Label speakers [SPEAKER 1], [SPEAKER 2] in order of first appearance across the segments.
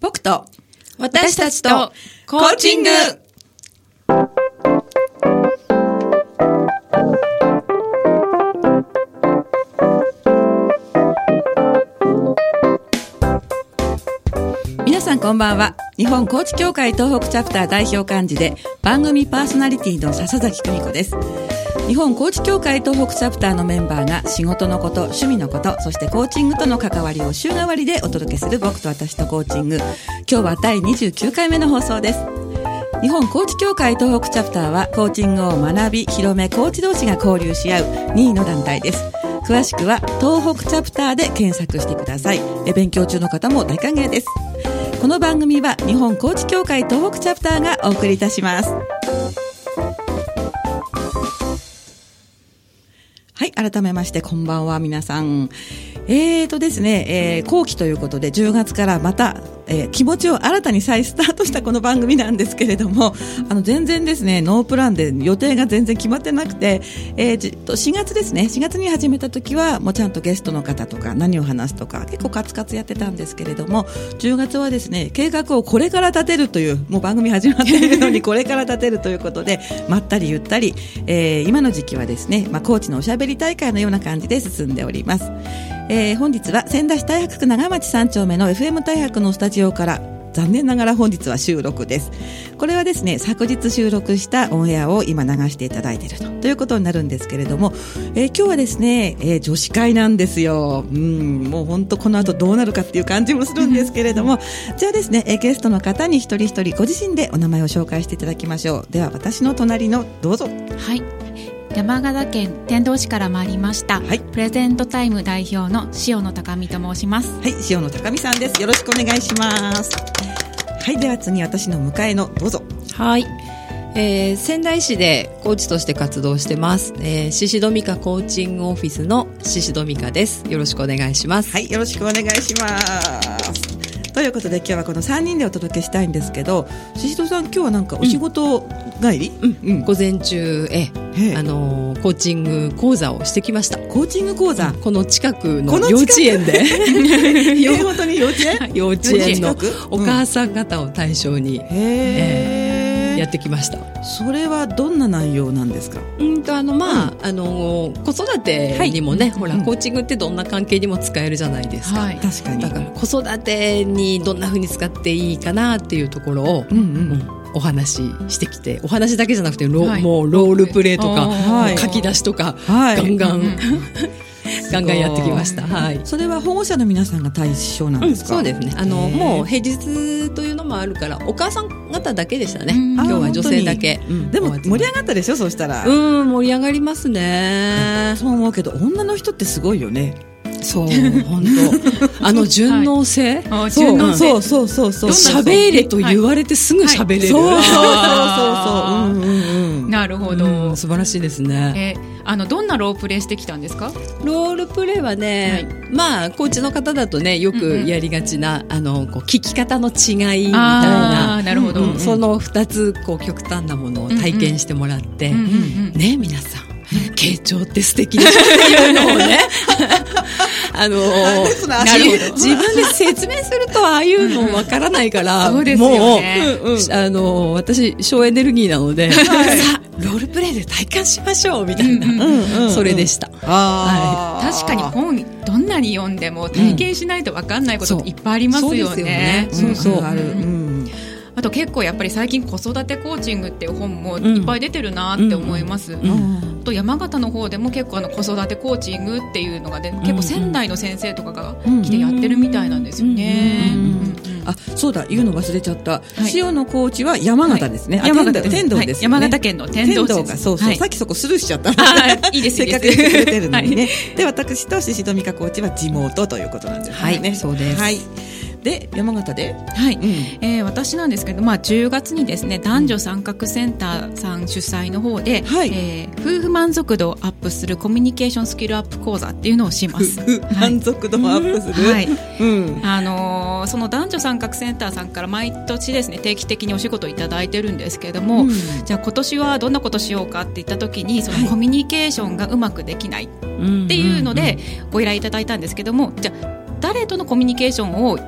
[SPEAKER 1] 僕と
[SPEAKER 2] 私たちとコーチング
[SPEAKER 1] 皆さんこんばんは日本コーチ協会東北チャプター代表幹事で番組パーソナリティの笹崎久美子です日本コーチ協会東北チャプターのメンバーが仕事のこと趣味のことそしてコーチングとの関わりを週替わりでお届けする僕と私とコーチング今日は第29回目の放送です日本コーチ協会東北チャプターはコーチングを学び広めコーチ同士が交流し合う2位の団体です詳しくは東北チャプターで検索してくださいえ勉強中の方も大歓迎ですこの番組は日本コーチ協会東北チャプターがお送りいたしますはい、改めまして、こんばんは、皆さん。えーとですね、えー後期ということで、10月からまた、えー気持ちを新たに再スタートしたこの番組なんですけれども、あの、全然ですね、ノープランで予定が全然決まってなくて、えーじと4月ですね、4月に始めた時は、もうちゃんとゲストの方とか、何を話すとか、結構カツカツやってたんですけれども、10月はですね、計画をこれから立てるという、もう番組始まっているのに、これから立てるということで、まったりゆったり、えー今の時期はですね、まあ、高知のおしゃべり大会のような感じで進んでおります。えー本日は仙台市太白区長町3丁目の FM 太白のスタジオから残念ながら本日は収録です。これはですね、昨日収録したオンエアを今流していただいているとということになるんですけれども、えー今日はですね、えー女子会なんですよ。うん、もう本当この後どうなるかっていう感じもするんですけれども、じゃあですね、えーゲストの方に一人一人ご自身でお名前を紹介していただきましょう。では私の隣のどうぞ。
[SPEAKER 2] はい山形県天童市から参りました、
[SPEAKER 1] はい
[SPEAKER 2] プレゼントタイム代表の塩野高美と申します
[SPEAKER 1] はい、塩野高美さんです。よろしくお願いします。はい、では次私の迎えのどうぞ。
[SPEAKER 3] はい、えー仙台市でコーチとして活動してます、えー、シシドミカコーチングオフィスのシシドミカですよろしくお願いします、
[SPEAKER 1] はい、よろしくお願いします。ということで今日はこの3人でお届けしたいんですけど、ししとさん今日はなんかお仕事帰り？うん、うん、
[SPEAKER 3] 午前中、えー
[SPEAKER 1] ええ
[SPEAKER 3] あのーコーチング講座をしてきました
[SPEAKER 1] コーチング講座。
[SPEAKER 3] この近く
[SPEAKER 1] こ
[SPEAKER 3] の
[SPEAKER 1] の
[SPEAKER 3] 幼
[SPEAKER 1] 近く
[SPEAKER 3] 稚園で
[SPEAKER 1] え本当に幼稚園？
[SPEAKER 3] 幼稚園の
[SPEAKER 1] 幼稚園近く
[SPEAKER 3] お母さん方を対象に
[SPEAKER 1] へ
[SPEAKER 3] や
[SPEAKER 1] え
[SPEAKER 3] っ。てきました、
[SPEAKER 1] それはどんな内容なんですか？
[SPEAKER 3] うんとあのまあ、あのー子育てにもね、ほら
[SPEAKER 1] うん
[SPEAKER 3] コーチングってどんな関係にも使えるじゃないですか、
[SPEAKER 2] はい
[SPEAKER 1] 確かに。
[SPEAKER 3] だから子育てにどんな風に使っていいかなっていうところを、
[SPEAKER 1] うんう。
[SPEAKER 3] うんんお話ししてきてお話だけじゃなくてロ、
[SPEAKER 2] はい
[SPEAKER 3] もうロールプレイと
[SPEAKER 2] お
[SPEAKER 3] か
[SPEAKER 2] ー
[SPEAKER 1] はい
[SPEAKER 3] 書き出しとか、
[SPEAKER 1] はい。
[SPEAKER 3] ガンガン、
[SPEAKER 2] うんうん
[SPEAKER 3] ガンガンやってきました。はい
[SPEAKER 1] それは保護者の皆さんが対象なんですか？
[SPEAKER 3] そうですねあの
[SPEAKER 1] へー
[SPEAKER 3] もう平日というのもあるからお母さん方だけでしたね
[SPEAKER 2] うん
[SPEAKER 3] 今日は女性だけ、
[SPEAKER 1] でも盛り上
[SPEAKER 3] が
[SPEAKER 1] がったでしょそうしたら。
[SPEAKER 3] うん盛り上がりますね
[SPEAKER 1] そう思うけど女の人ってすごいよね。
[SPEAKER 3] そう本当あの順応性、
[SPEAKER 2] あー
[SPEAKER 3] そう
[SPEAKER 2] 順応性
[SPEAKER 1] そうそうそうそう。
[SPEAKER 3] 喋れと言われてすぐ喋れる、
[SPEAKER 1] そうそう
[SPEAKER 2] あー
[SPEAKER 1] そうそうそう。うんうんうん。
[SPEAKER 2] なるほど、
[SPEAKER 3] うん素晴らしいですね。
[SPEAKER 2] えーあのどんなロープレイしてきたんですか
[SPEAKER 3] ロールプレイはね、まあコーチの方だとねよ
[SPEAKER 2] うんう
[SPEAKER 3] く
[SPEAKER 2] ん
[SPEAKER 3] やりがちな、あのこう聞き方の違いみたいな
[SPEAKER 2] あー、なるほど、
[SPEAKER 3] うんその二つこう極端なものを体験してもらって、
[SPEAKER 2] うんうん
[SPEAKER 3] ね皆さん傾聴って素敵ですっていうのをね あの
[SPEAKER 1] すな
[SPEAKER 3] なるほ
[SPEAKER 1] なる
[SPEAKER 3] ど自分で説明するとああいうのわからないから
[SPEAKER 2] そうですよね
[SPEAKER 3] もう、あの私省エネルギーなの
[SPEAKER 1] は
[SPEAKER 3] で、
[SPEAKER 1] い
[SPEAKER 3] さあロールプレイで体感しましょうみたいな、
[SPEAKER 2] うんうん
[SPEAKER 1] うんうん
[SPEAKER 3] それでした。
[SPEAKER 1] あー
[SPEAKER 2] 確かに本どんなに読んでも体験しないと分かんないことっていっぱいありますよね。
[SPEAKER 3] そうですよねそうそう
[SPEAKER 1] ある。うん
[SPEAKER 2] あと結構やっぱり最近子育てコーチングっていう本もいっぱい出てるなって思います。
[SPEAKER 3] うん
[SPEAKER 2] あと山形の方でも結構あの子育てコーチングっていうのがで結構仙台の先生とかが来てやってるみたいなんですよね。
[SPEAKER 1] うんうんうん
[SPEAKER 2] うんうん
[SPEAKER 1] あ、そうだ、言うの忘れちゃった。
[SPEAKER 2] い
[SPEAKER 1] 塩野コーチは山形ですね。
[SPEAKER 2] はい
[SPEAKER 1] あ
[SPEAKER 2] 山形
[SPEAKER 1] 天童天童ですよね。
[SPEAKER 2] はい山形県の天童市
[SPEAKER 1] 天童が、そうそう。
[SPEAKER 2] はい
[SPEAKER 1] さっきそこスルーしちゃった。
[SPEAKER 2] あーいいです
[SPEAKER 1] せ
[SPEAKER 2] い
[SPEAKER 1] っ
[SPEAKER 2] いで
[SPEAKER 1] か
[SPEAKER 2] す
[SPEAKER 1] く言ってくれてるのにね。で、私と宍戸美香コーチは地元ということなんですよね。
[SPEAKER 3] はいそうです
[SPEAKER 1] はい。で、山形で
[SPEAKER 2] はい、
[SPEAKER 1] ん
[SPEAKER 2] えー私なんですけど、まあ、10月にですね男女参画センターさん主催の方で、
[SPEAKER 1] はい
[SPEAKER 2] えー夫婦満足度をアップするコミュニケーションスキルアップ講座っていうのをします。は
[SPEAKER 1] 満
[SPEAKER 2] い
[SPEAKER 1] 足度をアップする。
[SPEAKER 2] はい
[SPEAKER 1] うん。
[SPEAKER 2] あのーその男女参画センターさんから毎年ですね定期的にお仕事をいただいてるんですけれど
[SPEAKER 1] う
[SPEAKER 2] も、
[SPEAKER 1] ん
[SPEAKER 2] じゃあ今年はどんなことしようかって言った時にそのコミュニケーションがうまくできないっていうのでご依頼いただいたんですけどもじゃあ誰とのコミュニケーションを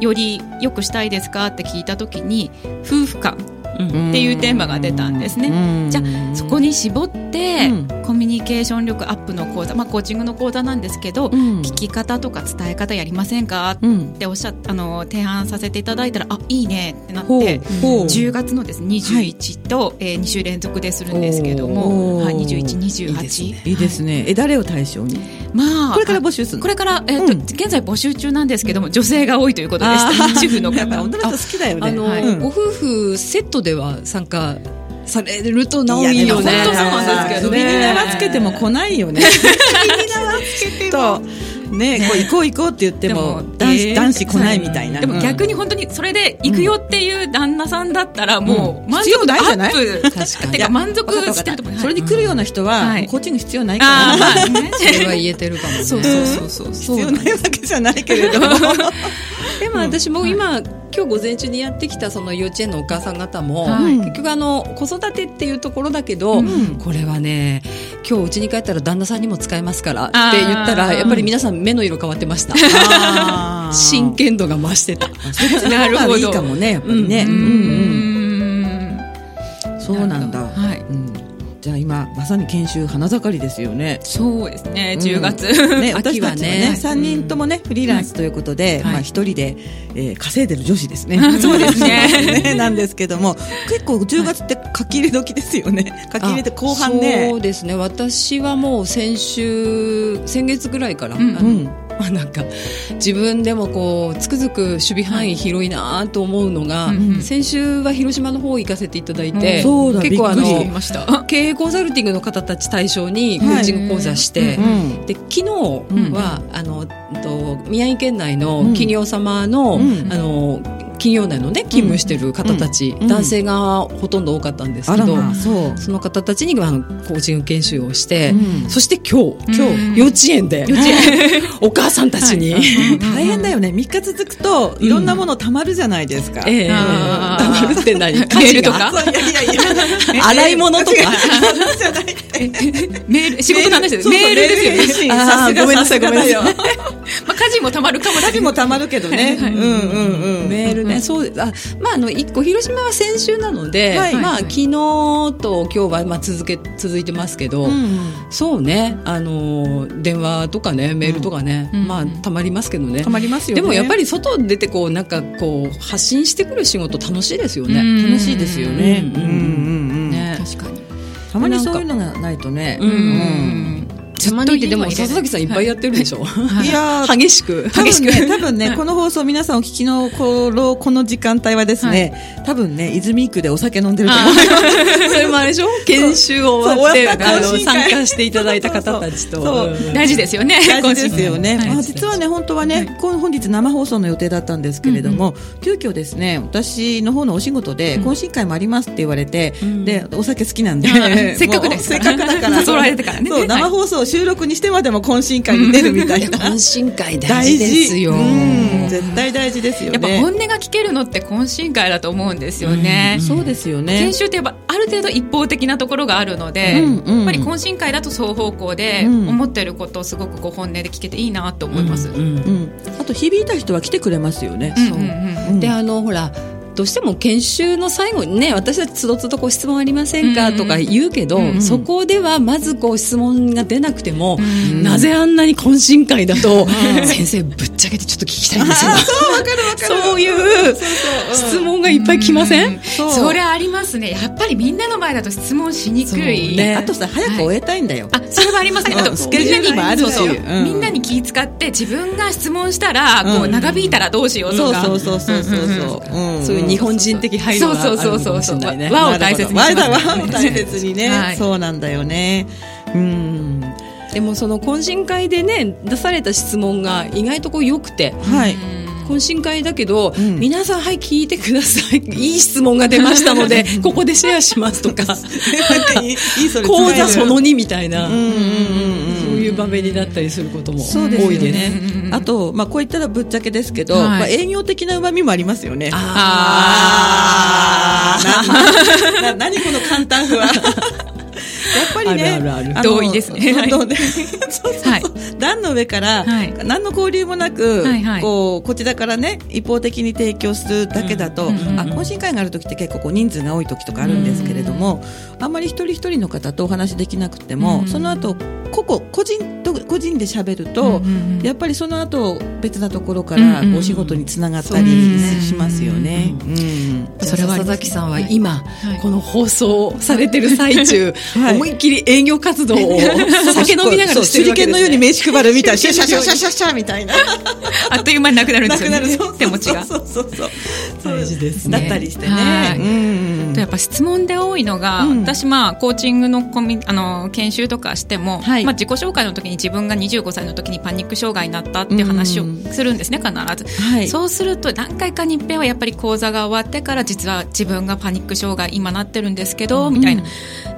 [SPEAKER 2] より良くしたいですかって聞いた時に夫婦間っていうテーマが出たんですね。じゃあそこに絞って、
[SPEAKER 1] うん
[SPEAKER 2] コミュニケーション力アップの講座、まあ、コーチングの講座なんですけど、
[SPEAKER 1] うん
[SPEAKER 2] 聞き方とか伝え方やりませんか
[SPEAKER 1] う
[SPEAKER 2] っ
[SPEAKER 1] ん
[SPEAKER 2] ておっしゃあの提案させていただいたらあいいねってなっ
[SPEAKER 1] ほう
[SPEAKER 2] て。
[SPEAKER 1] ほう
[SPEAKER 2] 10月のですね21と、えー、2週連続でするんですけども、
[SPEAKER 1] おー
[SPEAKER 2] はい、21、
[SPEAKER 3] いいです
[SPEAKER 2] 28
[SPEAKER 3] ね
[SPEAKER 1] いいですねえ誰を対象に
[SPEAKER 2] まあ
[SPEAKER 1] これから募集するの
[SPEAKER 2] これから、えーと
[SPEAKER 1] うん
[SPEAKER 2] 現在募集中なんですけども女性が多いということで
[SPEAKER 1] あ
[SPEAKER 2] し
[SPEAKER 1] ー
[SPEAKER 2] た主婦の
[SPEAKER 1] やっぱ
[SPEAKER 2] 方
[SPEAKER 1] 女の人好きだよね
[SPEAKER 3] あの、
[SPEAKER 2] はい
[SPEAKER 3] ご夫婦セットでは参加されるとなおいいよね。
[SPEAKER 2] いやでも本当そうなんですけどね
[SPEAKER 1] 首に縄つけても来ないよ ね。首に縄つけても。ね、こう行こう行こうって言っても
[SPEAKER 2] で
[SPEAKER 1] 男
[SPEAKER 2] もえ
[SPEAKER 1] 子
[SPEAKER 2] ー
[SPEAKER 1] 男子来ないみたいな。
[SPEAKER 2] でも逆
[SPEAKER 1] に
[SPEAKER 2] に本当にそれで行くよっていう旦那さんだったらもう満
[SPEAKER 1] 必要
[SPEAKER 2] 足度
[SPEAKER 1] な
[SPEAKER 2] ア
[SPEAKER 1] いんじゃない
[SPEAKER 2] ップ
[SPEAKER 3] 確か
[SPEAKER 2] て
[SPEAKER 3] に。
[SPEAKER 2] か満足
[SPEAKER 1] 分かった
[SPEAKER 2] してると思う
[SPEAKER 1] それに来るような人は
[SPEAKER 2] はい
[SPEAKER 1] コーチング必要ないか
[SPEAKER 2] ああ
[SPEAKER 1] ら
[SPEAKER 2] まあね
[SPEAKER 3] それは言えてるかもね。
[SPEAKER 2] そうそうそうそうそう
[SPEAKER 1] 必要ないわけじゃないけれども。
[SPEAKER 3] でも私も今、今日午前中にやってきたその幼稚園のお母さん方も、
[SPEAKER 2] はい
[SPEAKER 3] 結局あの子育てっていうところだけど、
[SPEAKER 1] ん
[SPEAKER 3] これはね今日家に帰ったら旦那さんにも使えますからって
[SPEAKER 2] あー
[SPEAKER 3] 言ったらやっぱり皆さん目の色変わってました真剣度が増してた
[SPEAKER 2] なる
[SPEAKER 1] まあ
[SPEAKER 2] ほ
[SPEAKER 1] いいか
[SPEAKER 2] ど
[SPEAKER 1] もねやっぱりね。
[SPEAKER 3] う
[SPEAKER 1] うん
[SPEAKER 3] ん
[SPEAKER 1] うん
[SPEAKER 2] ん
[SPEAKER 1] そうなんだ。
[SPEAKER 2] はい
[SPEAKER 1] うんじゃあ今まさに研修花盛りですよね。
[SPEAKER 2] そうですね10月、
[SPEAKER 1] ね、私
[SPEAKER 3] 秋は
[SPEAKER 1] た
[SPEAKER 3] ね
[SPEAKER 1] ちはね、3人ともね、フリーランスということで、
[SPEAKER 3] はい
[SPEAKER 1] まあ一人で、えー稼いでる女子です ね。
[SPEAKER 2] そうですね
[SPEAKER 1] ねなんですけども、結構10月って書き入れ時ですよね。書き入れて後半
[SPEAKER 3] あ
[SPEAKER 1] ね
[SPEAKER 3] そう。ですね私はもう先週先月ぐらいから、
[SPEAKER 2] うん
[SPEAKER 3] あ
[SPEAKER 1] う
[SPEAKER 3] の
[SPEAKER 1] ん。
[SPEAKER 3] まあなんか自分でもこうつくづく守備範囲広いなと思うのが、
[SPEAKER 2] うんうん
[SPEAKER 3] 先週は広島の方行かせていただいて、
[SPEAKER 1] うんそうだ
[SPEAKER 3] 結構あ
[SPEAKER 1] びっくり
[SPEAKER 3] の
[SPEAKER 2] いました
[SPEAKER 3] 経営コンサルティングの方たち対象にコーチング講座して、
[SPEAKER 1] うん。
[SPEAKER 3] で昨日は、あのうんと宮城県内の企業様の,、
[SPEAKER 1] うん
[SPEAKER 3] あの企業内の、ね、勤務してる方たち、
[SPEAKER 1] うん
[SPEAKER 3] 男性がほとんど多かったんです
[SPEAKER 1] あ
[SPEAKER 3] け
[SPEAKER 1] ら
[SPEAKER 3] ど、
[SPEAKER 1] まあ、そう。
[SPEAKER 3] その方たちにあのコーチング研修をして、
[SPEAKER 1] うん
[SPEAKER 3] そして今日
[SPEAKER 2] 今日
[SPEAKER 3] 幼稚園で
[SPEAKER 2] 幼稚園
[SPEAKER 3] お母さんたちに、
[SPEAKER 1] 大変だよね。3日続くと、いろんなもの溜まるじゃないですか。
[SPEAKER 3] ええ
[SPEAKER 2] あー
[SPEAKER 3] 黙るって何家
[SPEAKER 2] メー
[SPEAKER 3] 事
[SPEAKER 2] ルと
[SPEAKER 3] が
[SPEAKER 2] か
[SPEAKER 1] そういやいやいや、
[SPEAKER 3] 洗い物と か
[SPEAKER 1] じゃない。
[SPEAKER 2] メール仕事の話ですメールですよね、
[SPEAKER 1] すよ
[SPEAKER 3] あーごめんなさいごめんなさい。
[SPEAKER 2] まあ、家事もたまるかもし
[SPEAKER 1] 家
[SPEAKER 2] れな
[SPEAKER 1] 事
[SPEAKER 2] い
[SPEAKER 1] も溜まるけどね。うんうんうん。
[SPEAKER 3] メールね、そうですあ、まあ、あの、一個、広島は先週なので、
[SPEAKER 1] はい
[SPEAKER 3] まあ、
[SPEAKER 2] はい
[SPEAKER 3] 昨日と今日は、まあ、続け、続いてますけど、
[SPEAKER 1] うん
[SPEAKER 3] そうね、あの、電話とかね、メールとかね、
[SPEAKER 2] うん
[SPEAKER 3] まあ、たまりますけどね。
[SPEAKER 1] 溜まりますよね。
[SPEAKER 3] でもやっぱ
[SPEAKER 1] り
[SPEAKER 3] り外に出てこうなんかこう発信してくる仕事楽しいですよね。
[SPEAKER 2] うん
[SPEAKER 3] 楽しいですよ
[SPEAKER 1] ね。
[SPEAKER 3] う
[SPEAKER 1] うんんうんうん。
[SPEAKER 3] ね
[SPEAKER 2] 確かに
[SPEAKER 1] たまにそういうのがないとね。
[SPEAKER 3] うん
[SPEAKER 2] うん
[SPEAKER 3] たまにってでも笹崎さんいっぱいやってるでしょ。
[SPEAKER 1] いやー
[SPEAKER 3] 激しく。
[SPEAKER 1] 多分ね、多分
[SPEAKER 2] は
[SPEAKER 1] ね、
[SPEAKER 2] い
[SPEAKER 1] この放送皆さんお聞きの頃、この時間帯はですね、多分ね、泉区でお酒飲んでると思う。
[SPEAKER 3] それもあれでしょ研修を終わって、
[SPEAKER 1] そう終わ
[SPEAKER 3] あ
[SPEAKER 1] った
[SPEAKER 3] の、
[SPEAKER 1] 懇親
[SPEAKER 3] 参
[SPEAKER 1] 会
[SPEAKER 3] 加していただいた方たちと。
[SPEAKER 1] そう
[SPEAKER 3] うん
[SPEAKER 2] 大事ですよね
[SPEAKER 1] 大事ですよね。
[SPEAKER 2] はい
[SPEAKER 1] まあ実はね、本当はね、この本日生放送の予定だったんですけれども、急遽ですね、私の方のお仕事で、懇親会もありますって言われて、で、お酒好きなんで
[SPEAKER 2] あー、せっかく
[SPEAKER 1] もう
[SPEAKER 2] です
[SPEAKER 1] せ
[SPEAKER 2] か
[SPEAKER 1] っ
[SPEAKER 2] ら
[SPEAKER 1] かくだから、
[SPEAKER 2] 誘われてからね
[SPEAKER 1] そう、生放送収録にしてまでも懇親会に出るみたいな。
[SPEAKER 3] 懇親会 大
[SPEAKER 1] 大事
[SPEAKER 3] 事ですよ。
[SPEAKER 1] うん絶対大事ですよ
[SPEAKER 2] や
[SPEAKER 1] ね。
[SPEAKER 2] っぱ本音が聞けるのって懇親会だと思うんですよね。
[SPEAKER 1] そうですよね。
[SPEAKER 2] 研修ってやっぱある程度一方的なところがあるので、
[SPEAKER 1] うんうん
[SPEAKER 2] やっぱり懇親会だと双方向で
[SPEAKER 1] うん
[SPEAKER 2] 思ってることをすごくこう本音で聞けていいなと思います。
[SPEAKER 3] う
[SPEAKER 2] うんんうん
[SPEAKER 3] うん
[SPEAKER 1] うん、あと響いた人は来てくれますよね。
[SPEAKER 2] うんうん
[SPEAKER 1] うん
[SPEAKER 3] であのほらどうしても研修の最後にね私たちつどつどこう質問ありませんか
[SPEAKER 2] うんうん
[SPEAKER 3] とか言うけど、
[SPEAKER 2] うんうん
[SPEAKER 3] そこではまずこう質問が出なくても、
[SPEAKER 1] ん
[SPEAKER 3] なぜあんなに懇親会だと、先生ぶっちゃけてちょっと聞きたいんですよ
[SPEAKER 1] そうわかるわか
[SPEAKER 3] そういう質問がいっぱい来ません、
[SPEAKER 1] そう
[SPEAKER 2] それありますね。やっぱりみんなの前だと質問しにくい。
[SPEAKER 3] そうね
[SPEAKER 1] あとさ早く終えたいんだよ。
[SPEAKER 2] あ、それはありますね。
[SPEAKER 1] うん
[SPEAKER 2] あと、
[SPEAKER 1] スケジュール
[SPEAKER 2] みんなに
[SPEAKER 1] もあるし
[SPEAKER 2] そうそう
[SPEAKER 1] うん
[SPEAKER 2] みんなに気使って自分が質問したら、こ
[SPEAKER 1] う
[SPEAKER 2] うん長引いたらどうしよう
[SPEAKER 1] そ
[SPEAKER 2] と
[SPEAKER 1] う
[SPEAKER 2] か。
[SPEAKER 1] そうそうそうそうそう。ん
[SPEAKER 3] そういう日本人的配慮があるのかもしれないね
[SPEAKER 2] そうそうそうそう和を大切にしま
[SPEAKER 1] な
[SPEAKER 2] す
[SPEAKER 1] るほど和を大切にね、
[SPEAKER 2] はい
[SPEAKER 1] そうなんだよね。うん。
[SPEAKER 3] でもその懇親会でね出された質問が意外とこう良くて
[SPEAKER 1] はい。
[SPEAKER 3] 懇親会だけど、
[SPEAKER 1] ん
[SPEAKER 3] 皆さんはい聞いてくださいいい質問が出ましたの でここでシェアしますと か
[SPEAKER 1] なんかいいいいそれ
[SPEAKER 3] 講座その2みたいな、
[SPEAKER 1] うんうんうんうん。
[SPEAKER 3] そういう場面になったりすることも
[SPEAKER 1] そうですよ
[SPEAKER 3] 多いです。
[SPEAKER 1] ね。あと、まあ、こう言ったらぶっちゃけですけど、
[SPEAKER 2] はい
[SPEAKER 1] まあ、営業的な旨味もありますよね。
[SPEAKER 3] あ
[SPEAKER 1] ーなな何この簡単 譜は。やっぱりね、
[SPEAKER 3] あるあるある
[SPEAKER 1] の
[SPEAKER 2] 同意ですね
[SPEAKER 1] そうそうそう
[SPEAKER 2] はい
[SPEAKER 1] そう段の上から、
[SPEAKER 2] はい
[SPEAKER 1] 何の交流もなく、
[SPEAKER 2] はいはい
[SPEAKER 1] こうこちらからね一方的に提供するだけだと、
[SPEAKER 2] うんうんうん
[SPEAKER 1] あ懇親会がある時って結構こう人数が多い時とかあるんですけれども、あんまり一人一人の方とお話できなくても、
[SPEAKER 2] うん
[SPEAKER 1] その後個々個人と個人で喋ると、やっぱりその後別なところから
[SPEAKER 2] うんうん
[SPEAKER 1] お仕事につながった
[SPEAKER 3] そう
[SPEAKER 1] り
[SPEAKER 2] ですね
[SPEAKER 1] しますよね。うん
[SPEAKER 2] そ
[SPEAKER 3] そ
[SPEAKER 2] れ
[SPEAKER 3] れ
[SPEAKER 2] は
[SPEAKER 3] は
[SPEAKER 2] ありますね
[SPEAKER 3] 佐々木さんは
[SPEAKER 2] はい
[SPEAKER 3] 今、
[SPEAKER 2] い
[SPEAKER 3] この放送をされてる最 中、
[SPEAKER 1] はい
[SPEAKER 3] 思いっきり営業活 動を酒飲みながらしてるわけ
[SPEAKER 1] 手裏剣
[SPEAKER 3] です、ね、
[SPEAKER 1] のように名刺配るみたいな、シャシャシャシャシャシャみたいな。
[SPEAKER 2] あっという間になくなるんで
[SPEAKER 1] な
[SPEAKER 2] す
[SPEAKER 1] く
[SPEAKER 2] よ
[SPEAKER 1] な
[SPEAKER 2] ね
[SPEAKER 1] る。そうそうそう
[SPEAKER 2] 手持ちが。
[SPEAKER 1] そうそうそう。
[SPEAKER 3] 大事ですね
[SPEAKER 1] だったりして
[SPEAKER 2] は
[SPEAKER 1] ね
[SPEAKER 2] い。
[SPEAKER 1] うん
[SPEAKER 2] とやっぱ質問で多いのが、
[SPEAKER 1] うん
[SPEAKER 2] 私まあコーチングのコミあの研修とかしても、
[SPEAKER 1] はい
[SPEAKER 2] まあ自己紹介の時に自分が25歳の時にパニック障害になったっていう話を
[SPEAKER 1] うん
[SPEAKER 2] するんですね必ず。
[SPEAKER 1] はい。
[SPEAKER 2] そうすると何回かに一遍はやっぱり講座が終わってから実は自分がパニック障害今なってるんですけど、みたいなな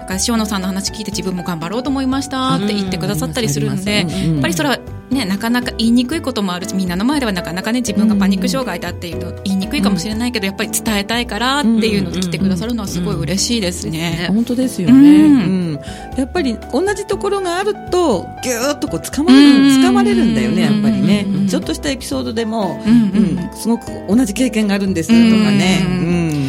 [SPEAKER 2] んか塩野さんの話聞いて自分も頑張ろうと思いましたって言ってくださったりするんで、
[SPEAKER 1] うん
[SPEAKER 2] やっぱりそれは、ね、なかなか言いにくいこともあるしみんなの前ではなかなかね自分がパニック障害だっていうの言いにくいかもしれないけど、やっぱり伝えたいからっていうのを来てくださるのはすごい嬉しいですね。
[SPEAKER 1] 本当ですよね、う
[SPEAKER 2] うん
[SPEAKER 1] んやっぱり同じところがあるとぎゅーっとこう掴まれる
[SPEAKER 2] うん
[SPEAKER 1] 掴まれるんだよねやっぱりね、
[SPEAKER 2] うん
[SPEAKER 1] ちょっとしたエピソードでも、
[SPEAKER 2] うんうん
[SPEAKER 1] うんすごく同じ経験があるんですとかね、
[SPEAKER 2] うん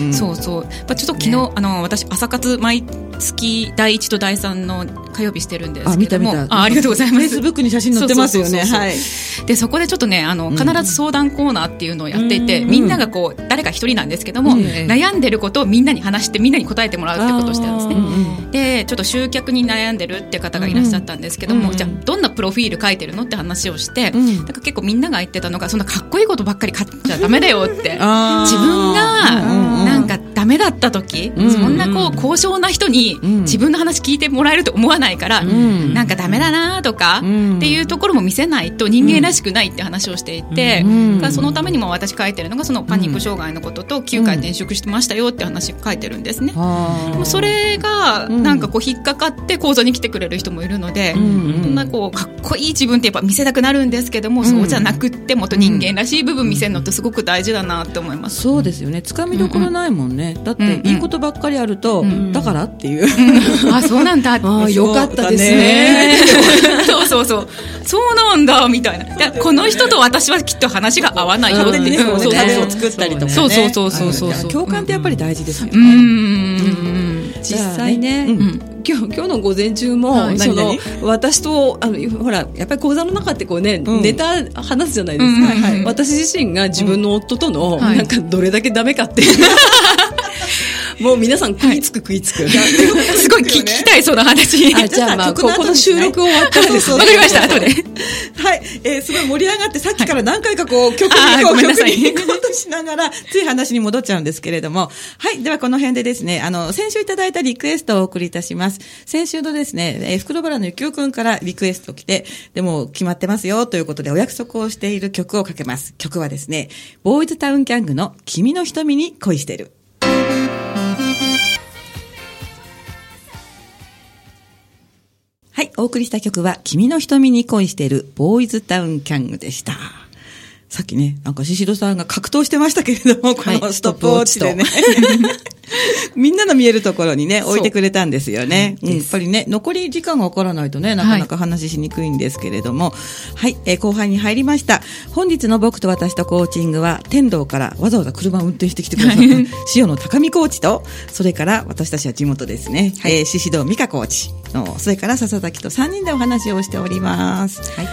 [SPEAKER 1] うん
[SPEAKER 2] そうそうやっぱちょっと昨日、
[SPEAKER 1] ね
[SPEAKER 2] あの私朝活毎月第1と第3の火曜日してるんです
[SPEAKER 1] あ
[SPEAKER 2] け
[SPEAKER 1] 見
[SPEAKER 2] ど
[SPEAKER 1] た見
[SPEAKER 2] も
[SPEAKER 1] た
[SPEAKER 2] あありがとうござい
[SPEAKER 1] フ
[SPEAKER 2] ま
[SPEAKER 1] ェイス
[SPEAKER 2] す
[SPEAKER 1] ブックに写真載ってますよね
[SPEAKER 2] そうそうそうそう
[SPEAKER 1] はい
[SPEAKER 2] でそこでちょっとねあの必ず相談コーナーっていうのをやっていて、
[SPEAKER 1] うん
[SPEAKER 2] みんながこう誰か一人なんですけども、
[SPEAKER 1] うん
[SPEAKER 2] 悩んでることをみんなに話してみんなに答えてもらうってことをしてるんですね
[SPEAKER 1] あーうんう
[SPEAKER 2] でちょっと集客に悩んでるって方がいらっしゃったんですけども、
[SPEAKER 1] うん
[SPEAKER 2] じゃあどんなプロフィール書いてるのって話をして、
[SPEAKER 1] うん
[SPEAKER 2] なんか結構みんなが言ってたのがそんなかっこいいことばっかり書っちゃダメだよって
[SPEAKER 1] あー
[SPEAKER 2] 自分
[SPEAKER 1] うんうんうん
[SPEAKER 2] がなんかダメだった時、
[SPEAKER 1] うんうん
[SPEAKER 2] そんなこう高尚な人に
[SPEAKER 1] うん
[SPEAKER 2] 自分の話聞いてもらえると思わないから、
[SPEAKER 1] ん
[SPEAKER 2] なんかダメだなとか、
[SPEAKER 1] うん
[SPEAKER 2] っていうところも見せないと人間らしくないって話をしていて、
[SPEAKER 1] うん
[SPEAKER 2] がそのためにも私書いてるのがそのパニック障害のことと9回転職してましたよって話書いてるんですね。
[SPEAKER 1] あー
[SPEAKER 2] もうそれが
[SPEAKER 1] うん
[SPEAKER 2] なんかこう引っかかって講座に来てくれる人もいるので、
[SPEAKER 1] うんうん
[SPEAKER 2] そんなこうかっこいい自分ってやっぱ見せたくなるんですけども、そうじゃなくってもっと人間らしい部分見せるのってすごく大事だなって思います。
[SPEAKER 1] そうですよねつかみどころないもんね、だっ
[SPEAKER 2] うん
[SPEAKER 1] て
[SPEAKER 2] うん
[SPEAKER 1] いいことばっかりあると、
[SPEAKER 2] ん
[SPEAKER 1] だからっていう、
[SPEAKER 2] あそうなんだって
[SPEAKER 3] ああよかったですね
[SPEAKER 2] そうそうそうそうなんだみたいないやこの人と私はきっと話が合わないよっ
[SPEAKER 1] 勝
[SPEAKER 2] て
[SPEAKER 1] 手にね、
[SPEAKER 2] うん
[SPEAKER 1] こう
[SPEAKER 2] そう
[SPEAKER 1] ね
[SPEAKER 2] そう
[SPEAKER 1] 壁を作ったりとかね
[SPEAKER 2] そうそうそうそうそう
[SPEAKER 1] あるよね共感ってやっぱり大事ですよね、
[SPEAKER 2] うんうんうん
[SPEAKER 3] 実際ね、
[SPEAKER 1] じゃあね
[SPEAKER 2] うん
[SPEAKER 3] 今日今日の午前中も、
[SPEAKER 2] はい
[SPEAKER 3] その
[SPEAKER 1] 何
[SPEAKER 3] 私とあのほらやっぱり講座の中ってこうね、
[SPEAKER 1] うん
[SPEAKER 3] ネタ話すじゃないですか、
[SPEAKER 2] うんはいはい
[SPEAKER 3] 私自身が自分の夫との、
[SPEAKER 2] んはい
[SPEAKER 3] なんかどれだけダメかっていう、 もう皆さん食いつく食いつく、
[SPEAKER 2] すごい聞きたいその話
[SPEAKER 3] あじゃあまあ
[SPEAKER 1] 曲の
[SPEAKER 3] こ
[SPEAKER 1] 後
[SPEAKER 3] この
[SPEAKER 1] にし
[SPEAKER 3] 収
[SPEAKER 1] ない
[SPEAKER 3] 録終わったらです
[SPEAKER 2] わ
[SPEAKER 3] ね
[SPEAKER 2] かりま した後で
[SPEAKER 1] はい、えーすごい盛り上がって、さっきから何回かこう、曲
[SPEAKER 2] あ
[SPEAKER 1] に
[SPEAKER 2] ー
[SPEAKER 1] こ
[SPEAKER 2] ご
[SPEAKER 1] う、
[SPEAKER 2] めん
[SPEAKER 1] 曲
[SPEAKER 2] なさい
[SPEAKER 1] に行こうとしながら、つい話に戻っちゃうんですけれども。はい、ではこの辺でですね、あの、先週いただいたリクエストをお送りいたします。先週のですね、えー、袋原のゆきおくんからリクエスト来て、でも決まってますよということでお約束をしている曲をかけます。曲はですね、ボーイズタウンキャングの君の瞳に恋してる。はい、お送りした曲は、君の瞳に恋している、ボーイズタウンキャングでした。さっきね、なんかシシドさんが格闘してましたけれども、こ
[SPEAKER 3] は
[SPEAKER 1] の
[SPEAKER 3] い
[SPEAKER 1] ストップウォッチでね。 みんなの見えるところにね、置いてくれたんですよね。うんやっぱりね、残り時間が分からないとね、なかなか話ししにくいんですけれども、はい、えー後半に入りました。本日の僕と私とコーチングは、天童からわざわざ車を運転してきてくださった、 塩野高見コーチと、それから私たちは地元ですね、えー宍戸美香コーチの、それから笹崎と3人でお話をしております。はい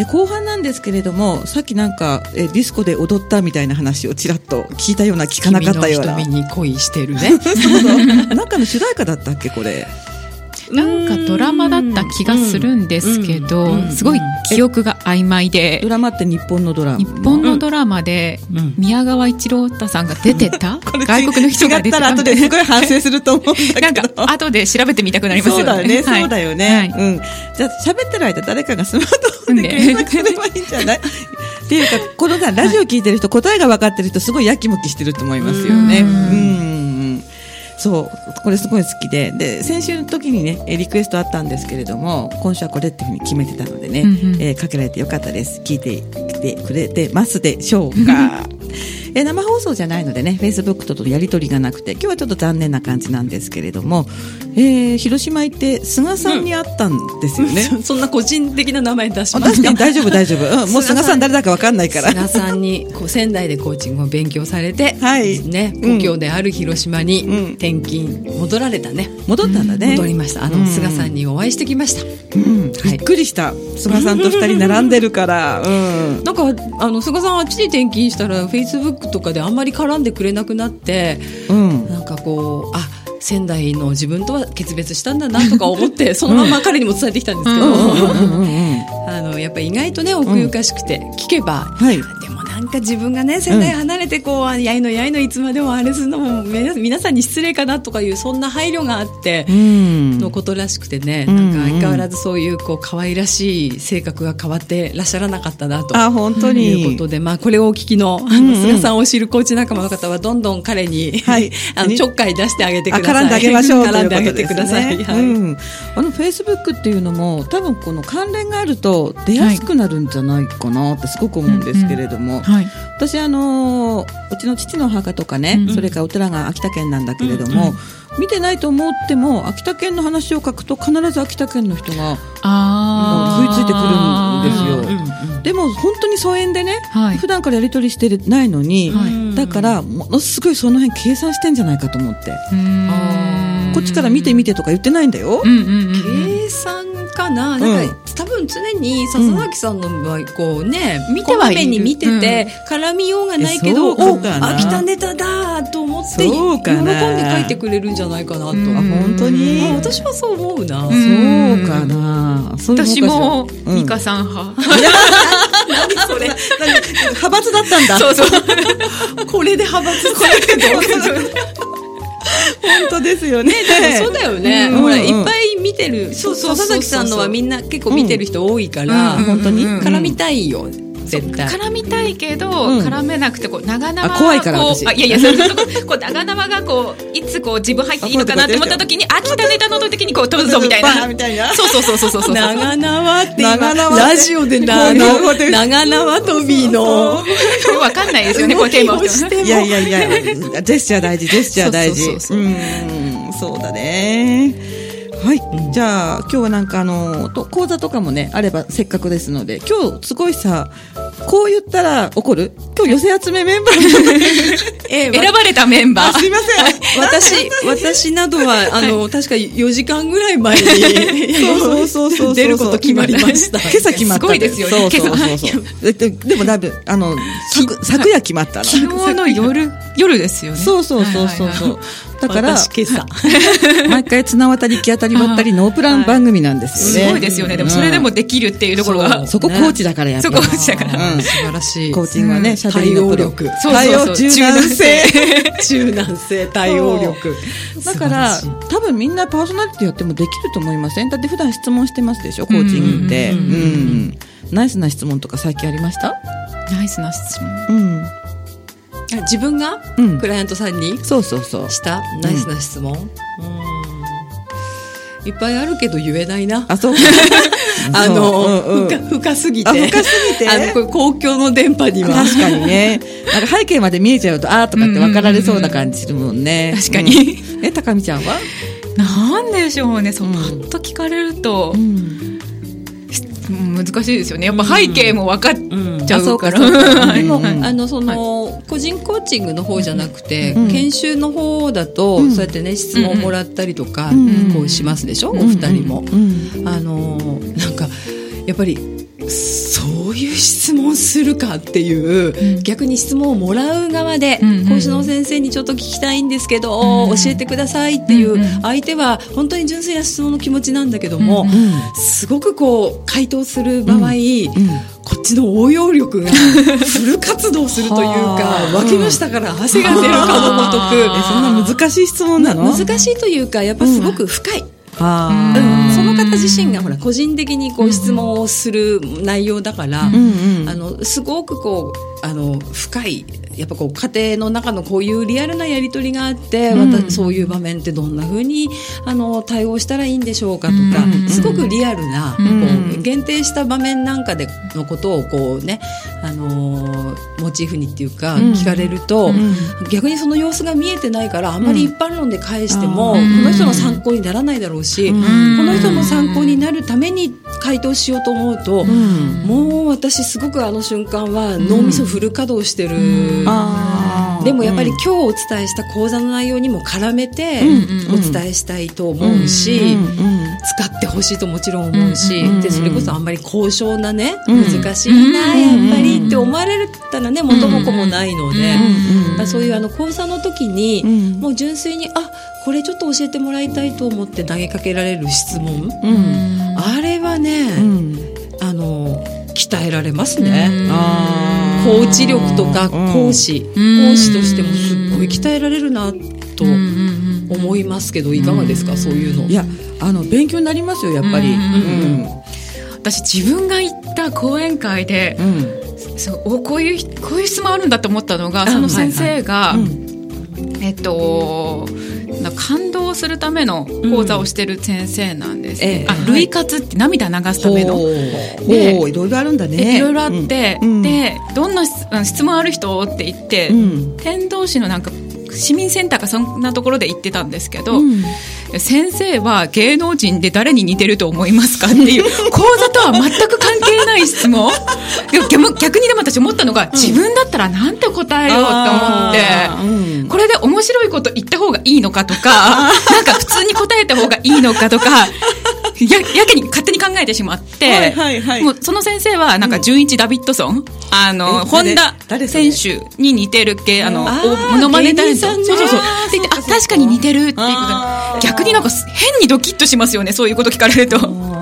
[SPEAKER 1] え後半なんですけれども、さっきなんかえディスコで踊ったみたいな話をちらっと聞いたような聞かなかったような。
[SPEAKER 3] 君の瞳に恋してるね
[SPEAKER 1] そうそうなんかの主題歌だったっけこれ
[SPEAKER 2] なんかドラマだった気がするんですけど、
[SPEAKER 3] うんうん
[SPEAKER 2] すごい記憶が曖昧で
[SPEAKER 1] ド、ラマって日本のドラマ
[SPEAKER 2] 日本のドラマで
[SPEAKER 1] うん
[SPEAKER 2] 宮川一郎太さんが出てた、
[SPEAKER 1] これ
[SPEAKER 2] 外国の人が出て
[SPEAKER 1] 違ったら後
[SPEAKER 2] た
[SPEAKER 1] ですごい反省すると思うん
[SPEAKER 2] な
[SPEAKER 1] だ
[SPEAKER 2] ん
[SPEAKER 1] けど
[SPEAKER 2] か 後で調べてみたくなります
[SPEAKER 1] そうだよね、そうだよね。
[SPEAKER 2] はいはい
[SPEAKER 1] うん。じゃあ、喋ってる間、誰かがスマートフォンで
[SPEAKER 2] ね
[SPEAKER 1] 検索すればいいんじゃ ないっていうか、このさ、ラジオ聞いてる人、答えが分かってる人、すごいやきもきしてると思いますよね。う
[SPEAKER 2] うん
[SPEAKER 1] ん。そう、これすごい好きで。で、先週の時にね、えリクエストあったんですけれども、今週はこれっていうふうに決めてたのでね、
[SPEAKER 2] うんうん
[SPEAKER 1] えーかけられてよかったです。聞いてきてくれてますでしょうか。えー生放送じゃないのでね、Facebook ととやりとりがなくて、今日はちょっと残念な感じなんですけれども、えー広島行って菅さんに会ったんですよね。
[SPEAKER 3] そそんな個人的な名前出 し
[SPEAKER 1] あ
[SPEAKER 3] まし
[SPEAKER 1] 確か
[SPEAKER 3] た
[SPEAKER 1] に大丈夫大丈夫、うん、もう菅さん誰だかわかんないから
[SPEAKER 3] 菅さんにこう仙台でコーチングを勉強されて、
[SPEAKER 1] はい
[SPEAKER 3] ね、
[SPEAKER 1] うん
[SPEAKER 3] 故郷である広島
[SPEAKER 1] うん
[SPEAKER 3] に転勤戻られたね、
[SPEAKER 1] 戻ったんだね、
[SPEAKER 3] 戻りましたあ
[SPEAKER 1] う
[SPEAKER 3] の
[SPEAKER 1] ん
[SPEAKER 3] 菅さんにお会いしてきました、
[SPEAKER 1] うん
[SPEAKER 3] は
[SPEAKER 1] び
[SPEAKER 3] い
[SPEAKER 1] っくりした菅さんと二人並んでるから、うん、
[SPEAKER 3] なんかあの菅さんあっちに転勤したらフェイスブックとかであんまり絡んでくれなくなって
[SPEAKER 1] うん
[SPEAKER 3] なんかこうあ仙台の自分とは決別したんだなとか思っ てそのまま彼にも伝えてきたんですけど、
[SPEAKER 1] うんうん
[SPEAKER 3] あのやっぱり意外とね奥ゆかしくて、聞けば、
[SPEAKER 1] はい
[SPEAKER 3] でもなんか自分がね仙台離れてこう、あやいのやいのいつまでもあれするのも皆皆さんに失礼かなとかいうそんな配慮があって。
[SPEAKER 1] うん
[SPEAKER 3] のことらしくてね、
[SPEAKER 1] うん
[SPEAKER 3] なんか相変わらずそういうこう可愛らしい性格が変わってらっしゃらなかったなと
[SPEAKER 1] あ本当に
[SPEAKER 3] いうことで、まあ、これをお聞きのあの菅さんを知るコーチ仲間の方はどんどん彼に、
[SPEAKER 1] はい
[SPEAKER 3] あのちょっかい出してあげてくださ
[SPEAKER 1] あ
[SPEAKER 3] い
[SPEAKER 1] 絡んであげましょうとい
[SPEAKER 3] 絡ん
[SPEAKER 1] う
[SPEAKER 3] であ
[SPEAKER 1] こ
[SPEAKER 3] げ
[SPEAKER 1] とで
[SPEAKER 3] て
[SPEAKER 1] す
[SPEAKER 3] く
[SPEAKER 1] ね
[SPEAKER 3] ださい、はい
[SPEAKER 1] うん、あのフェイスブックっていうのも多分この関連があると出やすくなるんじゃないかなってすごく思うんですけれども、
[SPEAKER 2] はい。
[SPEAKER 1] 私あのーうちの父の墓とかね、
[SPEAKER 2] うん
[SPEAKER 1] それからお寺が秋田県なんだけれども、
[SPEAKER 2] うん
[SPEAKER 1] 見てないと思っても秋田県の話を書くと必ず秋田県の人が
[SPEAKER 2] ああ。
[SPEAKER 1] もう食いついてくるんですよ
[SPEAKER 3] うん
[SPEAKER 1] でも本当に疎遠でね、
[SPEAKER 2] はい
[SPEAKER 1] 普段からやり取りしてないのに、
[SPEAKER 2] はい
[SPEAKER 3] うん
[SPEAKER 1] だからものすごいその辺計算してんじゃないかと思って、
[SPEAKER 2] うーん
[SPEAKER 1] こっちから見て見てとか言ってないんだよ
[SPEAKER 2] う、んうんうんうん。
[SPEAKER 3] 計算かな,、
[SPEAKER 1] う
[SPEAKER 3] なんんか多分常に笹崎さんの場合こうね、
[SPEAKER 2] 見
[SPEAKER 3] こ
[SPEAKER 2] てはいる
[SPEAKER 3] まめに見てて、絡みようがないけど
[SPEAKER 1] そうかな
[SPEAKER 3] お秋田ネタだと思って喜
[SPEAKER 1] そうんかな
[SPEAKER 3] で書いてくれるんじゃないかなと、
[SPEAKER 2] うん
[SPEAKER 1] あ本当に、
[SPEAKER 3] あ私はそう思うな、
[SPEAKER 2] ん
[SPEAKER 1] そうかな、そういうのかし
[SPEAKER 2] 私
[SPEAKER 1] ら
[SPEAKER 2] も、
[SPEAKER 1] うん
[SPEAKER 2] ミカさん派。
[SPEAKER 1] それ何派閥だったんだ
[SPEAKER 2] そうそう。
[SPEAKER 3] これで派閥これで
[SPEAKER 1] 本当ですよね
[SPEAKER 3] そうだよね、
[SPEAKER 1] うん
[SPEAKER 3] ほら
[SPEAKER 1] うん
[SPEAKER 3] いっぱい見てる、
[SPEAKER 2] そうそうそう
[SPEAKER 3] 笹崎さんのはみんな結構見てる人多いから、
[SPEAKER 2] うんうん
[SPEAKER 1] 本当に
[SPEAKER 2] うん
[SPEAKER 3] 絡みたいよ絶対
[SPEAKER 2] 絡みたいけど、
[SPEAKER 1] うん
[SPEAKER 2] 絡めなくてこう長々
[SPEAKER 1] あ怖いから
[SPEAKER 2] こう
[SPEAKER 1] 私
[SPEAKER 2] あいや いやそんなことこう長々がこういつこう自分入っていいのかなって思った時に飽きたネタの時にこう取るぞみたい
[SPEAKER 1] バー
[SPEAKER 2] な
[SPEAKER 1] みたいな
[SPEAKER 2] そうそうそうそうそうそう
[SPEAKER 3] 長縄って今
[SPEAKER 1] 長縄
[SPEAKER 3] ラジオで長
[SPEAKER 1] 長縄で
[SPEAKER 3] 長縄飛びの
[SPEAKER 2] これわかんないですよねこうテーマをしてもね
[SPEAKER 1] いやいやいや、ジェスチャー大事、ジェスチャー大事。
[SPEAKER 2] そうそうそうそう
[SPEAKER 1] うん、そうだね。はい、じゃあ今日はなんかあのと講座とかもねあればせっかくですので今日すごいさこう言ったら怒る今日寄せ集めメンバー
[SPEAKER 3] え
[SPEAKER 2] 選ばれたメン バ
[SPEAKER 1] あす
[SPEAKER 2] ー
[SPEAKER 1] いませ
[SPEAKER 3] 私私などはあの確か4時間ぐらい前に
[SPEAKER 1] んそうそうそうそうそう
[SPEAKER 3] 出ること決まりまし た
[SPEAKER 1] 今朝決まった
[SPEAKER 2] すごいですよね
[SPEAKER 1] そうそうそう
[SPEAKER 2] 今
[SPEAKER 1] そうでででもだいぶあの昨昨夜決まったの
[SPEAKER 2] 昨日の夜夜ですよね
[SPEAKER 1] そうそうそうそうそう、
[SPEAKER 2] はいはいはい
[SPEAKER 1] だから
[SPEAKER 3] 私今朝
[SPEAKER 1] 毎回綱渡り行き当たりば ったりノープラン番組なんです
[SPEAKER 2] す
[SPEAKER 1] よね、
[SPEAKER 2] ごいですよねでもそれでもできるっていうところが
[SPEAKER 1] そこコーチだからやっぱり
[SPEAKER 2] そこ落ちたから
[SPEAKER 1] うん
[SPEAKER 3] 素晴らしい
[SPEAKER 1] コーチングはね、しゃべりのプロ
[SPEAKER 3] 対応力
[SPEAKER 2] そうそうそう
[SPEAKER 1] 対応柔軟 性。
[SPEAKER 3] 柔軟性対応力
[SPEAKER 1] だから
[SPEAKER 3] 素晴らしい、
[SPEAKER 1] 多分みんなパーソナリティやってもできると思いませんだって普段質問してますでしょ、コーチングって。う
[SPEAKER 2] うんんうんうん
[SPEAKER 1] ナイスな質問とか最近ありました
[SPEAKER 2] ナイスな質問
[SPEAKER 1] うん。
[SPEAKER 3] あ自分が
[SPEAKER 1] うん
[SPEAKER 3] クライアントさんに
[SPEAKER 1] そうそうそう。
[SPEAKER 3] したナイスな質問、いっぱいあるけど言えないな
[SPEAKER 1] あ、 そうか。
[SPEAKER 3] あの、
[SPEAKER 1] そううんうん
[SPEAKER 3] 深深すぎて。
[SPEAKER 1] あ深すぎて
[SPEAKER 3] あの、これ公共の電波には。
[SPEAKER 1] 確かにね。なんか背景まで見えちゃうと、あーとかって分かられそうな感じするもんね。
[SPEAKER 2] 確かに
[SPEAKER 1] うん。え、高見ちゃんは
[SPEAKER 2] なんでしょうねそうパッと聞かれると
[SPEAKER 1] ん。
[SPEAKER 2] うん難しいですよねやっぱ背景も分かっ
[SPEAKER 3] うん
[SPEAKER 2] ちゃうから
[SPEAKER 1] あそうかそうか
[SPEAKER 2] はい
[SPEAKER 1] でもうん
[SPEAKER 3] あのその、個人コーチングの方じゃなくて、
[SPEAKER 1] うん
[SPEAKER 3] 研修の方だと、
[SPEAKER 1] うん
[SPEAKER 3] そうやってね質問もらったりとか、
[SPEAKER 1] うん
[SPEAKER 3] こうしますでしょ、お二人も、
[SPEAKER 1] うん。
[SPEAKER 3] あのなんかやっぱりそういう質問するかっていう、
[SPEAKER 2] うん
[SPEAKER 3] 逆に質問をもらう側で、
[SPEAKER 2] うんうんうん
[SPEAKER 3] 講師の先生にちょっと聞きたいんですけど、
[SPEAKER 2] うんうん
[SPEAKER 3] 教えてくださいっていう、
[SPEAKER 2] うんうん
[SPEAKER 3] 相手は本当に純粋な質問の気持ちなんだけども、
[SPEAKER 2] うんうん
[SPEAKER 1] う
[SPEAKER 3] すごくこう回答する場合、
[SPEAKER 1] ん。
[SPEAKER 3] こっちの応用力がフル活動するという
[SPEAKER 1] は
[SPEAKER 3] か
[SPEAKER 1] あ
[SPEAKER 3] 脇の下から汗が出るかのご
[SPEAKER 1] え、
[SPEAKER 2] あ
[SPEAKER 3] と
[SPEAKER 1] そんな難しい質問なの
[SPEAKER 3] く難しいというかやっぱすごく深い。
[SPEAKER 1] あ
[SPEAKER 2] う
[SPEAKER 1] ー
[SPEAKER 2] ん
[SPEAKER 3] その方自身がほら個人的にこ
[SPEAKER 2] うん
[SPEAKER 3] う質問をする内容だから、
[SPEAKER 2] うん
[SPEAKER 1] うんうん
[SPEAKER 3] あのすごくこうあの深いやっぱこう家庭の中のこういうリアルなやり取りがあって、
[SPEAKER 2] うん
[SPEAKER 3] わたそういう場面ってどんな風にあの対応したらいいんでしょうかとか、
[SPEAKER 2] うん
[SPEAKER 3] すごくリアルな、
[SPEAKER 2] うん
[SPEAKER 3] こう限定した場面なんかでのことをこうね、あのーモチーフにっていうか
[SPEAKER 1] うん
[SPEAKER 3] 聞かれると、
[SPEAKER 1] うん
[SPEAKER 3] 逆にその様子が見えてないからあんまり一般論で返しても、
[SPEAKER 1] うん
[SPEAKER 3] この人の参考にならないだろうし、
[SPEAKER 1] うん
[SPEAKER 3] この人の参考になるために回答しようと思うと、
[SPEAKER 1] うん
[SPEAKER 3] もう私すごくあの瞬間は脳みそフル稼働してる、
[SPEAKER 1] あー
[SPEAKER 3] でもやっぱり
[SPEAKER 1] うん
[SPEAKER 3] 今日お伝えした講座の内容にも絡めて
[SPEAKER 1] うん
[SPEAKER 3] お伝えしたいと思うし、
[SPEAKER 1] うんうん
[SPEAKER 3] 使ってほしいともちろん思うし、
[SPEAKER 1] うん
[SPEAKER 3] でそれこそあんまり高尚なね、
[SPEAKER 1] うん
[SPEAKER 3] 難しいな、
[SPEAKER 1] うん
[SPEAKER 3] やっぱりって思われたらね元も子もないので、
[SPEAKER 2] うん
[SPEAKER 3] だからそういうあの講座の時に、
[SPEAKER 1] うん
[SPEAKER 3] もう純粋にあこれちょっと教えてもらいたいと思って投げかけられる質問、
[SPEAKER 1] うんうん
[SPEAKER 3] あれはね、
[SPEAKER 1] うん
[SPEAKER 3] あの鍛えられますね。
[SPEAKER 1] あー
[SPEAKER 3] コーチ力と
[SPEAKER 1] う
[SPEAKER 3] か
[SPEAKER 1] ん
[SPEAKER 3] 講師、
[SPEAKER 2] うん
[SPEAKER 3] 講師としてもすっごい鍛えられるなと思いますけどいかがですか、そういうの
[SPEAKER 1] いやあの勉強になりますよやっぱり
[SPEAKER 2] うん私自分が行った講演会で、
[SPEAKER 1] うんうん
[SPEAKER 2] そうおこういう人こういう質問あるんだと思ったのが
[SPEAKER 3] あ
[SPEAKER 2] その先生が、
[SPEAKER 1] うん
[SPEAKER 2] えっとな感動するための講座をしてる先生なんです、ね
[SPEAKER 3] ええは
[SPEAKER 2] あ
[SPEAKER 3] い
[SPEAKER 2] 類活って涙流すための
[SPEAKER 3] ほう
[SPEAKER 2] で
[SPEAKER 1] おーいろいろあるんだ
[SPEAKER 2] え
[SPEAKER 1] ね
[SPEAKER 2] いろいろあって、
[SPEAKER 1] うん
[SPEAKER 2] でどんな質あの質問ある人って言って、
[SPEAKER 1] うん
[SPEAKER 2] 天童市のなんか市民センターかそんなところで行ってたんですけど、
[SPEAKER 1] うん
[SPEAKER 2] 先生は芸能人で誰に似てると思いますかって いう講座とは全く関係ない質問でも逆逆にでも私思ったのが、自分だったらなんて答えようと思って。
[SPEAKER 1] うん
[SPEAKER 2] これで面白いこと言った方がいいのかとか、なんか普通に答えた方がいいのかとか、や、やけに勝手に考えてしまって、
[SPEAKER 1] はいはいはい
[SPEAKER 2] もうその先生は、なんか、純一ダビッドソン、あの、
[SPEAKER 1] え
[SPEAKER 2] ホンダ
[SPEAKER 1] 誰誰そ
[SPEAKER 2] 選
[SPEAKER 1] れ
[SPEAKER 2] 手に似てる系、あの、
[SPEAKER 3] あー
[SPEAKER 2] おモノマネタレント。
[SPEAKER 3] 芸人さんね
[SPEAKER 2] そうそうそう。って言って、あ、確かに似てるっていうこと
[SPEAKER 1] あー
[SPEAKER 2] 逆になんかす、変にドキッとしますよね、そういうこと聞かれると。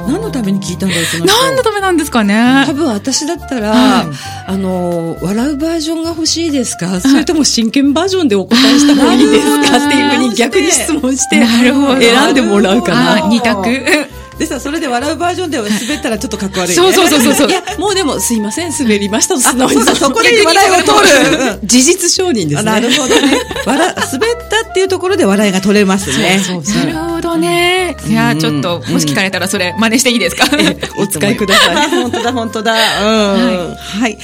[SPEAKER 1] 何のために聞いたんだろうその人
[SPEAKER 2] 何のためなんですか
[SPEAKER 3] 多
[SPEAKER 2] ね。
[SPEAKER 3] 分私だったら、
[SPEAKER 1] はい
[SPEAKER 3] あの笑うバージョンが欲しいですかそれとも真剣バージョンでお答えした方がいいですかっていうふうに逆に質問して
[SPEAKER 2] なるほど
[SPEAKER 3] 選んでもらうか
[SPEAKER 1] な
[SPEAKER 3] な
[SPEAKER 2] あー二択。
[SPEAKER 1] でさそれで笑うバージョンでは滑ったらちょっとかっこ悪いね
[SPEAKER 2] そうそうそうそうそう
[SPEAKER 3] い。やもうでもすいません滑りましたと素直に
[SPEAKER 1] あそうだそこで
[SPEAKER 2] 笑いを取
[SPEAKER 1] る
[SPEAKER 3] 事実承認ですね
[SPEAKER 1] なるほどね笑滑ったっていうところで笑いが取れます ね
[SPEAKER 3] そうそう
[SPEAKER 2] なるほどね。いや
[SPEAKER 1] う
[SPEAKER 2] ー、
[SPEAKER 1] ん
[SPEAKER 2] ちょっと、もし聞かれたらそれ、真似していいですか
[SPEAKER 3] お使いください
[SPEAKER 1] い。 本当だ、本当だ。うん。はい。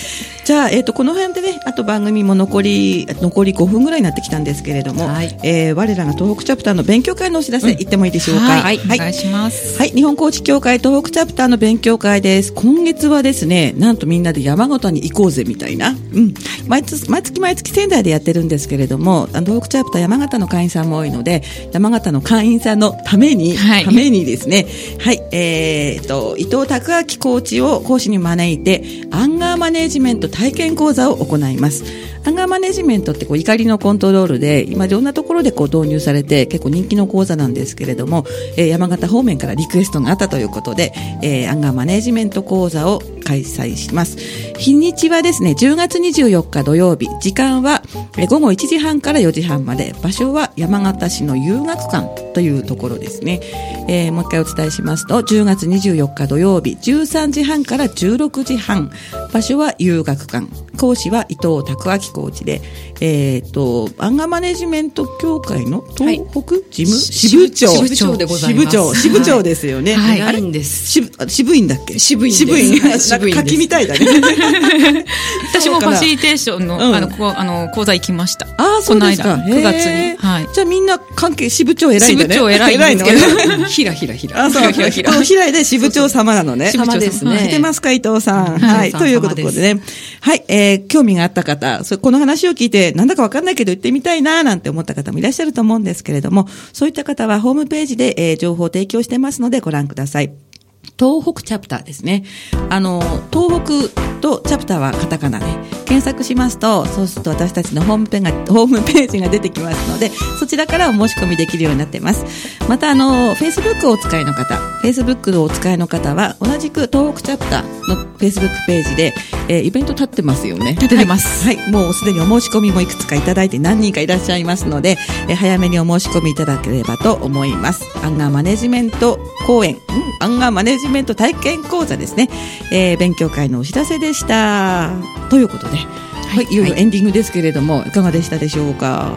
[SPEAKER 1] じゃあ、えっ、と、この辺でね、あと番組も残り、残り5分ぐらいになってきたんですけれども、
[SPEAKER 3] はい
[SPEAKER 1] えー我らが東北チャプターの勉強会のお知らせ、行ってもいいでしょうか。
[SPEAKER 2] はい、お願いします。
[SPEAKER 1] はい、日本高知協会東北チャプターの勉強会です。今月はですね、なんとみんなで山形に行こうぜみたいな。うん。毎月、毎月毎月仙台でやってるんですけれども、あの東北チャプター山形の会員さんも多いので、山形の会員さんのために、
[SPEAKER 2] はい
[SPEAKER 1] ためにですね、はい、えー、と、伊藤拓明コーチを講師に招いて、アンガーマネジメント体験講座を行います。アンガーマネジメントってこう怒りのコントロールで、今いろんなところでこう導入されて結構人気の講座なんですけれども、えー山形方面からリクエストがあったということで、えーアンガーマネジメント講座を開催します。日にちはですね、10月24日土曜日、時間はえー午後1時半から4時半まで、場所は山形市の遊学館というところですね。えーもう一回お伝えしますと、10月24日土曜日、13時半から16時半、場所は遊学館、講師は伊藤拓明コーチで、えっ、と、アンガーマネジメント協会の東北事務、支部長。
[SPEAKER 3] 支部長でございます
[SPEAKER 1] 支部長、支部長ですよね。
[SPEAKER 2] はい
[SPEAKER 1] あ
[SPEAKER 3] 偉
[SPEAKER 1] れ
[SPEAKER 3] いんです
[SPEAKER 1] 支部あ渋いんだっけ
[SPEAKER 3] 渋いんです
[SPEAKER 1] 渋い。
[SPEAKER 3] はい渋いんです
[SPEAKER 1] なんか柿みたいだね。
[SPEAKER 2] 私もファシリテーションの、
[SPEAKER 1] うん
[SPEAKER 2] あの、こあの、講座行きました。
[SPEAKER 1] ああ、そうですか。
[SPEAKER 2] この間9月に
[SPEAKER 1] へー
[SPEAKER 2] はい
[SPEAKER 1] じゃあみんな関係、支部長偉いんだね。
[SPEAKER 2] 支部長偉いんですけ ど
[SPEAKER 1] 偉の
[SPEAKER 3] ひらひらひら。
[SPEAKER 1] あ、そう、ひらひら。ひらで支部長様なのね。
[SPEAKER 2] 支部長様
[SPEAKER 3] ですね
[SPEAKER 1] 来てますか、伊藤さん。はい。
[SPEAKER 3] 伊藤さん
[SPEAKER 1] ということでね。はい。えー興味があった方、そこの話を聞いて、なんだかわかんないけど行ってみたいな、なんて思った方もいらっしゃると思うんですけれども、そういった方はホームページで、えー情報を提供してますのでご覧ください。東北チャプターですね。あの、東北とチャプターはカタカナで、検索しますと、そうすると私たちのホームページが、ホームページが出てきますので、そちらからお申し込みできるようになってます。また、あの、Facebook をお使いの方、Facebook をお使いの方は、同じく東北チャプターの Facebook ページで、えーイベント立ってますよね。
[SPEAKER 2] 立ててます
[SPEAKER 1] はい。はいもうすでにお申し込みもいくつかいただいて何人かいらっしゃいますので、えー早めにお申し込みいただければと思います。アンガーマネジメント講演、んアンガーマネジメント体験講座ですね。えー勉強会のお知らせでした。ということで、はい、いよいよエンディングですけれども、いかがでしたでしょうか。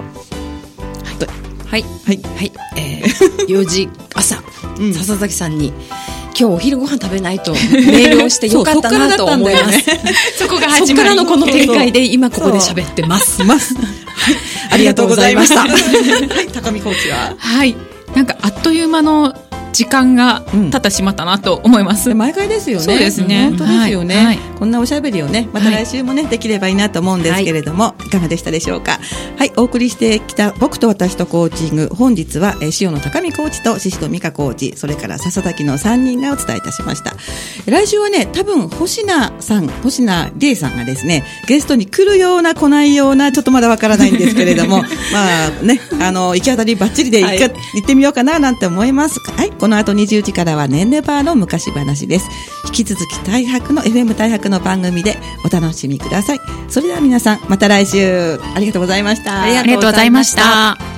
[SPEAKER 3] はい、
[SPEAKER 1] はい、
[SPEAKER 3] はい、え ー、4時朝、
[SPEAKER 1] うん
[SPEAKER 3] 笹崎さんに、今日お昼ご飯食べ ないとメールをしてよかった
[SPEAKER 1] そう
[SPEAKER 3] な
[SPEAKER 1] そ
[SPEAKER 3] と
[SPEAKER 1] っからだったん
[SPEAKER 3] 思
[SPEAKER 1] だ
[SPEAKER 3] い
[SPEAKER 1] よ
[SPEAKER 3] ま
[SPEAKER 1] ね
[SPEAKER 3] す。
[SPEAKER 2] そこが
[SPEAKER 3] そ
[SPEAKER 2] 始
[SPEAKER 3] こか
[SPEAKER 2] ま
[SPEAKER 3] ら
[SPEAKER 2] り
[SPEAKER 3] のこの展開で今ここで喋ってます。
[SPEAKER 1] ます。
[SPEAKER 3] ありがとうございました。
[SPEAKER 1] はい、高見コーチは。
[SPEAKER 2] はい。なんかあっという間の時間が
[SPEAKER 1] うん
[SPEAKER 2] 経ってしまったなと思います。
[SPEAKER 1] 毎回ですよね。
[SPEAKER 2] そうですね
[SPEAKER 1] 本当ですよね、
[SPEAKER 2] はいはい
[SPEAKER 1] こんなおしゃべりをね、また来週もね、できればいいなと思うんですけれども、い、かがでしたでしょうか。はい、お送りしてきた僕と私とコーチング、本日は、えー、塩野高見コーチと宍戸美香コーチ、それから笹崎の3人がお伝えいたしました。来週はね、多分、星名さん、星名理恵さんがですね、ゲストに来るような来ないような、ちょっとまだわからないんですけれ ども、まあね、あの、行き当たりばっちりで行,、
[SPEAKER 3] はい
[SPEAKER 1] 行ってみようかななんて思います。はい、この後20時からはねんねばーの昔話です。引き続き大白の FM 大白の番組でお楽しみください。それでは皆さん、また来週ありがとうございました。
[SPEAKER 3] ありがとうございました
[SPEAKER 2] ありがとうございました。